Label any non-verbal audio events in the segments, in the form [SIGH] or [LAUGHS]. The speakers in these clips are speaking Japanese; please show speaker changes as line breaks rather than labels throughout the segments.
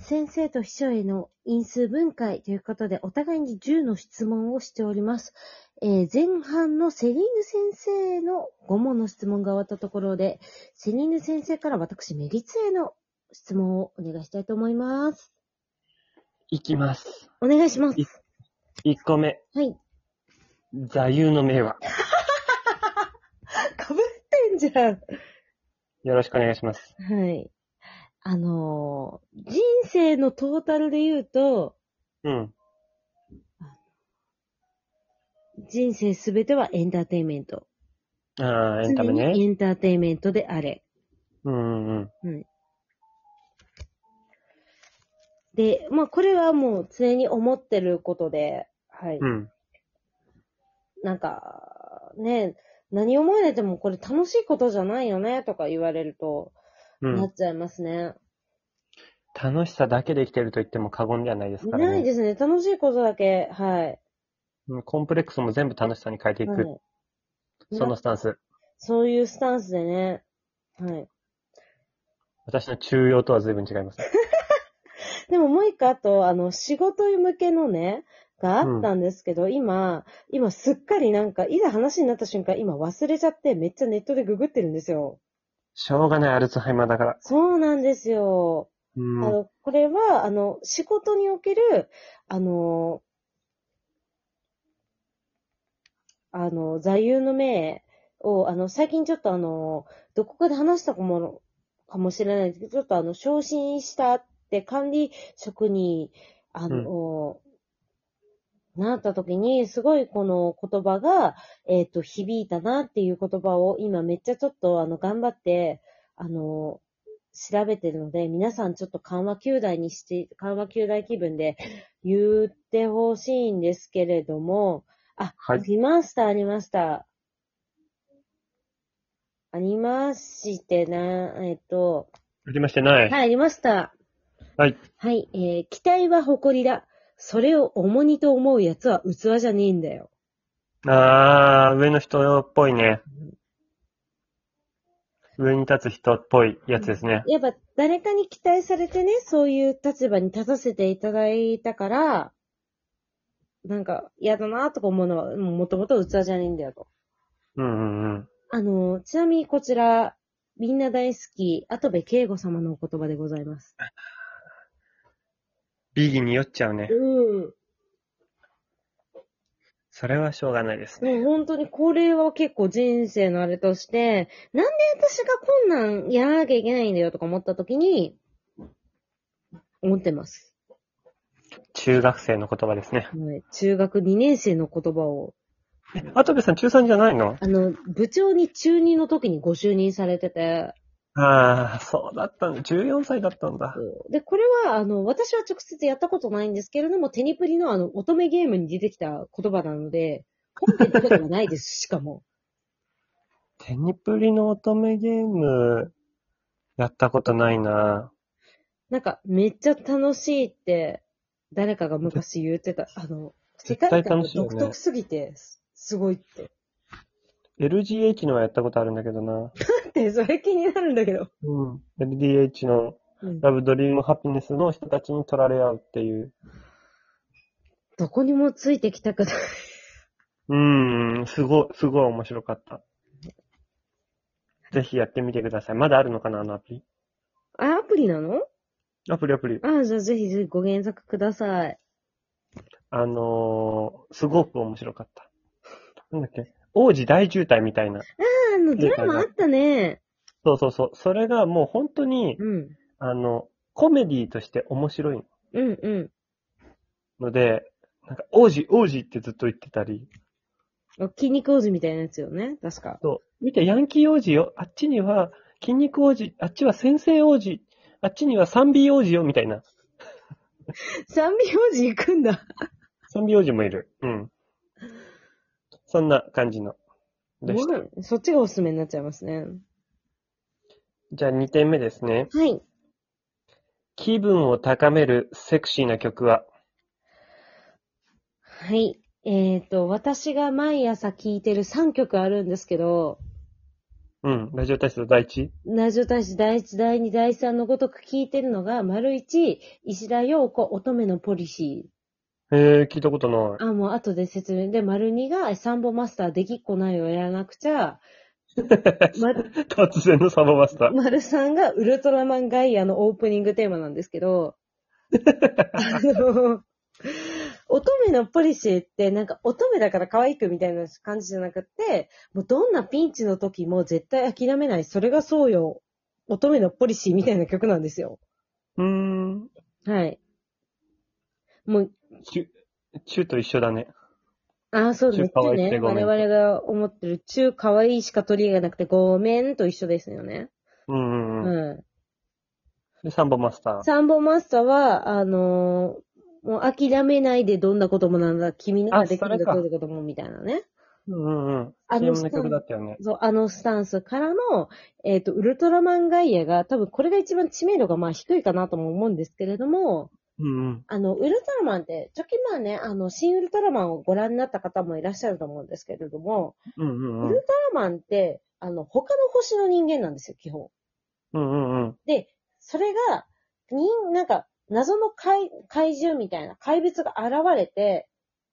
先生と秘書への因数分解ということで、お互いに10の質問をしております。えー前半のセリーヌ先生の5問の質問が終わったところで、セリーヌ先生から私、メリツへの質問をお願いしたいと思います。
いきます。
お願いします。
1個目、
はい。
座右の銘は。
かぶってんじゃん。
よろしくお願いします。
はい。あのー人生のトータルで言うと、
うん。
人生すべてはエンターテインメント。
ああ、エンタメ
常に
ね。
エンターテインメントであれ。
うんうんうん。
で、まあ、これはもう常に思ってることで、はい。
うん。
なんか、ね、何を思われてもこれ楽しいことじゃないよね、とか言われると、
う。
なんっちゃいますね。
楽しさだけで生きてると言っても過言ではないですからね。
ないですね。楽しいことだけ、はい。
うんコンプレックスも全部楽しさに変えていく。
はい、
そ
な
のスタンス。
そういうスタンスでね、はい。
私の中庸とは随分違
[LAUGHS]
います。
でももう一個あと、あの、仕事向けのね、があったんですけど、今、今すっかりなんか、いざ話になった瞬間、今忘れちゃって、めっちゃネットでググってるんですよ。
しょうがないアルツハイマーだから。
そうなんですよ。
うん
あ。の、これは、あの、仕事における、あの、あの、座右の銘を、あの、最近ちょっとあの、どこかで話したかも、かもしれないですけど、ちょっとあの、昇進したって管理職に、あの、なった時に、すごいこの言葉が、えっ、と、響いたなっていう言葉を今めっちゃちょっとあの、頑張って、あの、調べてるので、皆さんちょっと緩和球大にして、緩和球大気分で言ってほしいんですけれども、あ、
はい
ありました、ありました。ありましてな、えっと、
ありましてない。
はい、ありました。
はい。
はい、えー、期待は誇りだ。それを重荷と思うやつは器じゃねえんだよ。
ああ、上の人っぽいね。上に立つ人っぽいやつですね。
[LAUGHS] やっぱ誰かに期待されてね、そういう立場に立たせていただいたから、なんか嫌だなとか思うのは、ももともと器じゃねえんだよと。
うんうんうん。
あの、ちなみにこちら、みんな大好き、後部敬吾様のお言葉でございます。
ビギに酔っちゃうね。
うん。
それはしょうがないですね。
もう本当にこれは結構人生のあれとして、なんで私がこんなんやらなきゃいけないんだよとか思った時に、思ってます。
中学生の言葉ですね。
はい中学2年生の言葉を、
アトベさん中3じゃないの
あの、部長に中2の時にご就任されてて、
ああ、そうだったんだ。14歳だったんだ。
で、これは、あの、私は直接やったことないんですけれども、テニプリのあの、乙女ゲームに出てきた言葉なので、本編とかではないです、
[LAUGHS]
しかも。
テニプリの乙女ゲーム、やったことないな。
なんか、めっちゃ楽しいって、誰かが昔言ってた、あの、世
絶
界
対
観が
楽しいよね
独特すぎて、すすごいって。
LGH のはやったことあるんだけどな。
で、それ気になるんだけど。
うん。LDH の
うん
ラブドリームハピネスの人たちに取られ合うっていう。
どこにもついてきたくない。
うん、すごい、すごい面白かった。ぜひやってみてください。まだあるのかな、あのアプリ。
あ、アプリなの
アプリアプリ。
あ、じゃあぜひぜひご原作ください。
あのー、すごく面白かった。なんだっけ王子大渋滞みたいな。
あの、ドラマあったね。
そうそうそう。それがもう本当に、
うん。
あの、コメディとして面白い
うんうん。
ので、なんか、王子、王子ってずっと言ってたり、
あ筋肉王子みたいなやつよね、確か。
そう。見て、ヤンキー王子よ。あっちには、筋肉王子、あっちは先生王子、あっちには賛美王子よ、みたいな。
[LAUGHS] 三美王子行くんだ。
賛美王子もいる。うん。そんな感じの。でした。
うんそっちがおすすめになっちゃいますね。
じゃあ2点目ですね。
はい。
気分を高めるセクシーな曲は、
はい。えっ、と、私が毎朝聴いてる3曲あるんですけど、
うん。ラジオ体操第一
ラジオ大使第一、第二、第三のごとく聞いてるのが、丸一、石田洋子、乙女のポリシ
えー、聞いたこと
ー。
な
あ、もう後で説明。で、丸二が、サンボマスターできっこないをやらなくち [LAUGHS] ゃ。丸
い。突然のサバマスター。
丸三が、ウルトラマンガイアのオープニングテーマなんですけど、あの、乙女のポリシーって、なんか乙女だから可愛くみたいな感じじゃなくって、もうどんなピンチの時も絶対諦めない。それがそうよ。乙女のポリシーみたいな曲なんですよ。
うーん。
はい。もう、
チュ、チュと一緒だね。
ああ、そうですね。
中可愛くて
ね
ご
我
めん
々が思ってる中可愛いしか取り柄がなくてごめんと一緒ですよね。
うんうんうん。
う
で、サンボマスタ
ん。サンボマスターは、あのーもう諦めないでどんなこともなんだ、君ならできるん
あそれ
だ
か
どういうこともみたいなね。
ー。うんうんうん。
あの
そんな曲だったよね。
そう、あのスタンスからの、えっ、と、ウルトラマンガイアが、多分これが一番知名度がまあ低いかなとも思うんですけれども、
うんうん。
あの、ウルトラマンって、ちょきまあね、あの、新ウルトラマンをご覧になった方もいらっしゃると思うんですけれども、
うんうんう
ウ
ん。
ルトラマンって、あの、他の星の人間なんですよ、基本。
うんうんうん。
で、それが、人、なんか、謎の怪、怪獣みたいな、怪物が現れて、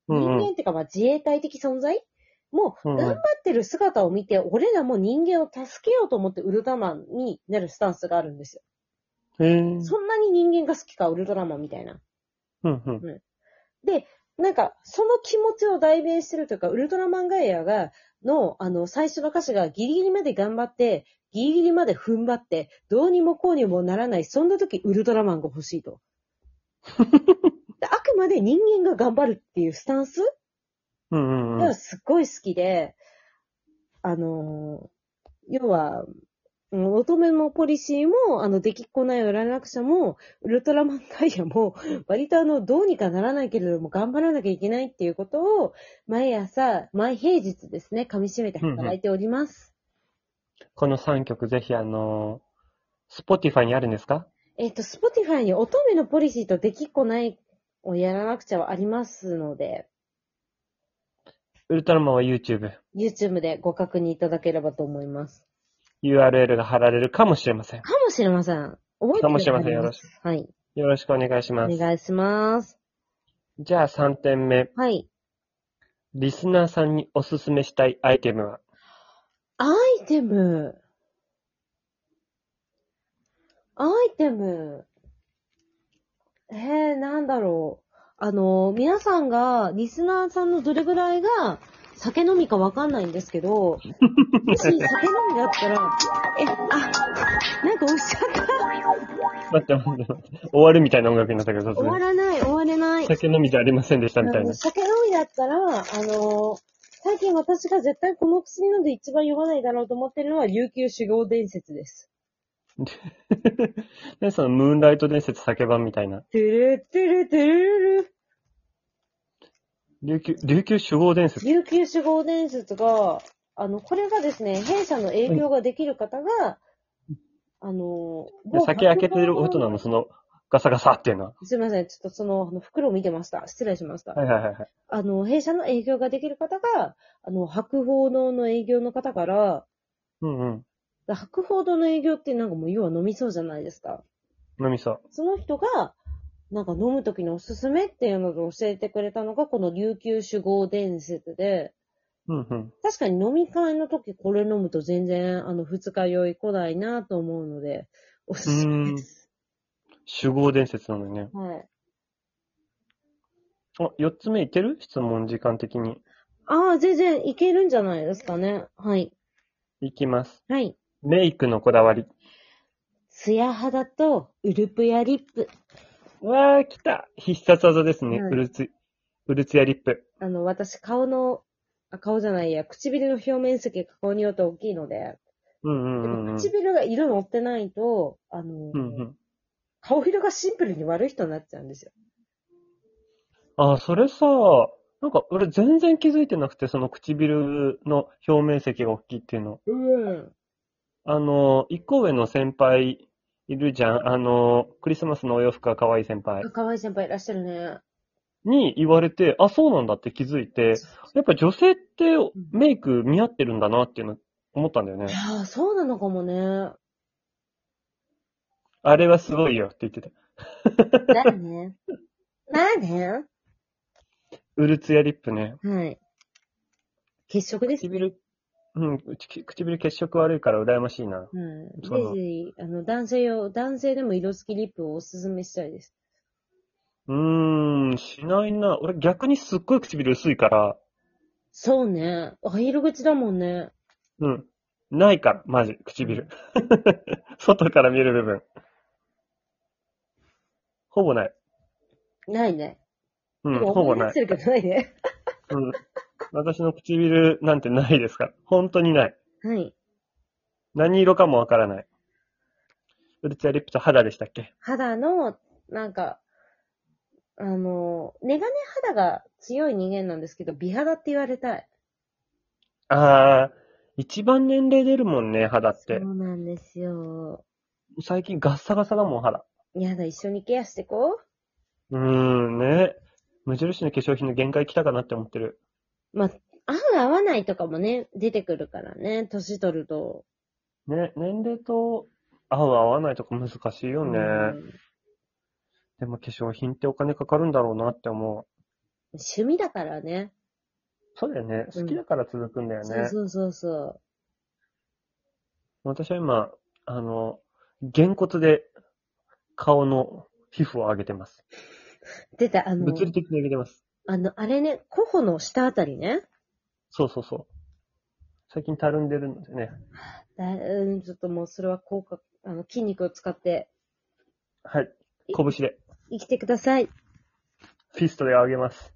う
人
んうん
間っていうか、まあ、自衛隊的存在もう、
うんうん
頑張ってる姿を見て、俺らも人間を助けようと思ってウルトラマンになるスタンスがあるんですよ。
へー。
そんなに人間が好きか、ウルトラマンみたいな。
うんうん。
なんか、その気持ちを代弁してるというか、ウルトラマンガイアが、の、あの、最初の歌詞がギリギリまで頑張って、ギリギリまで踏ん張って、どうにもこうにもならない、そんな時ウルトラマンが欲しいと。であくまで人間が頑張るっていうスタンス
うんうんう
が
ん。
すっごい好きで、あのー、要は、うん乙女のポリシーも、あの、できっこないをやらなくちゃも、ウルトラマンガイアも、割とあの、どうにかならないけれども、頑張らなきゃいけないっていうことを、毎朝、毎平日ですね、噛み締めて働いております。
この3曲ぜひあのー、Spotify にあるんですか
えっ、と、スポティファイに乙女のポリシーとできっこないをやらなくちゃはありますので、
ウルトラマンは YouTube。
YouTube でご確認いただければと思います。
URL が貼られるかもしれません。
かもしれません。覚えてる
かもしれません。よろしく。
はい。
よろしくお願いし
お
ます。
願いします。
じゃあ3点目。
はい。
リスナーさんにおすすめしたいアイテムは
アイテム。アイテム。えー、なんだろう。あの、皆さんが、リスナーさんのどれぐらいが、酒飲みかわかんないんですけど、も
[LAUGHS]
し酒飲みだったら、え、あ、なんかおっしゃった。
待って待って待って。終わるみたいな音楽になったけど、突
終わ
然。
らない、終われない。
酒飲みじゃありませんでしたみたい
あの
な。
酒飲みだったら、あの最近私が絶対この薬飲んで一番読まないだろうと思ってるのは、琉球修行伝説です。
で、そのムーンライト伝説酒版みたいな。
てれてれてれれ。
琉球、琉球守護伝説。
琉球守護伝説が、あの、これがですね、弊社の営業ができる方が、あの、
で酒開けてる音な
の
の、その、ガサガサっていうのは。
すいません、ちょっとその、あの袋を見てました。失礼しました。
はいはいはいはい。
あの、弊社の営業ができる方が、あの、白鳳堂の営業の方から、
うんうん。
白鳳堂の営業ってなんかもう要は飲みそうじゃないですか。
飲みそう。
その人が、なんか飲む時のおすすめっていうのを教えてくれたのが、この琉球守護伝説で、
うんうん。
確かに飲み会の時これ飲むと全然、あの、二日酔い来ないなと思うので、おす
う
すめ
ーん
で。す。
守護伝説なのにね。
はい。
あ、四つ目いける質問時間的に。
ああ、全然いけるんじゃないですかね。はい。
いきます。
はい。
メイクのこだわり。
ツヤ肌とウルプやリップ。
わー、来た必殺技ですね。
はい
ウルツ、ウルツヤリップ。
あの、私顔の、あ顔じゃないや、唇の表面積が顔によって大きいので、
うんうんうんうん。
唇が色乗ってないと、あの、
うんうん。
顔色がシンプルに悪い人になっちゃうんですよ。
あ、それさ、なんか俺全然気づいてなくて、その唇の表面積が大きいっていうの。
うん。
あの、一個上の先輩いるじゃん。あの、クリスマスのお洋服が可愛い先輩
あかわいい先輩いらっしゃるね。
に言われて、あ、そうなんだって気づいて、やっぱ女性ってメイク似合ってるんだなっていうの思ったんだよね
い。やー、そうなのかもね。
[LAUGHS] あれはすごいよって言ってた。
だよね。まあね。
ウルツヤリップね。
はい。血色ですね。
唇、うん、口唇血色悪いから羨ましいな。
はい。
そうなの
ぜひ、あの、男性用、男性でも色付きリップをおすすめしたいです。
うーん、しないな。俺逆にすっごい唇薄いから、
そうね。あ、色口だもんね。
うん。ないから、マジ、唇。 [LAUGHS] 外から見える部分。ほぼない。
ないね。
うん、
でも
ほぼ
思い
な
出
い
し。てるけどないね。
うん。私の唇なんてないですから。本当にない。
はい。
何色かもわからない。ウルチャリップと肌でしたっけ
肌の、なんか、あの、メガネ肌が強い人間なんですけど、美肌って言われたい。
あー、一番年齢出るもんね、肌っ
そ
て。
うなんですよ。
最近ガッサガサだもん、肌。
やだ、一緒にケアしてこ
うーん、ね。無印の化粧品の限界来たかなって思ってる。
う。まあ、合う合わないとかもね、出てくるからね、年取ると。
ね、年齢と合う合わないとか難しいよね。
うん
でも化粧品ってお金かかるんだろうなって思う。
趣味だからね。
そうだよね。
うん
好きだから続くんだよね。
そうそうそうそう。
私は今、あの、げんこつで顔の皮膚を上げてます。
出た、あの
物、理的に上げてます。
あの、あれね、頬の下あたりね。
そうそうそう。最近たるんでるんでね。
だうん、ちょっともうそれは効果、あの、筋肉を使って
はい
え。
拳で、
生きてください。
フィストで上げます。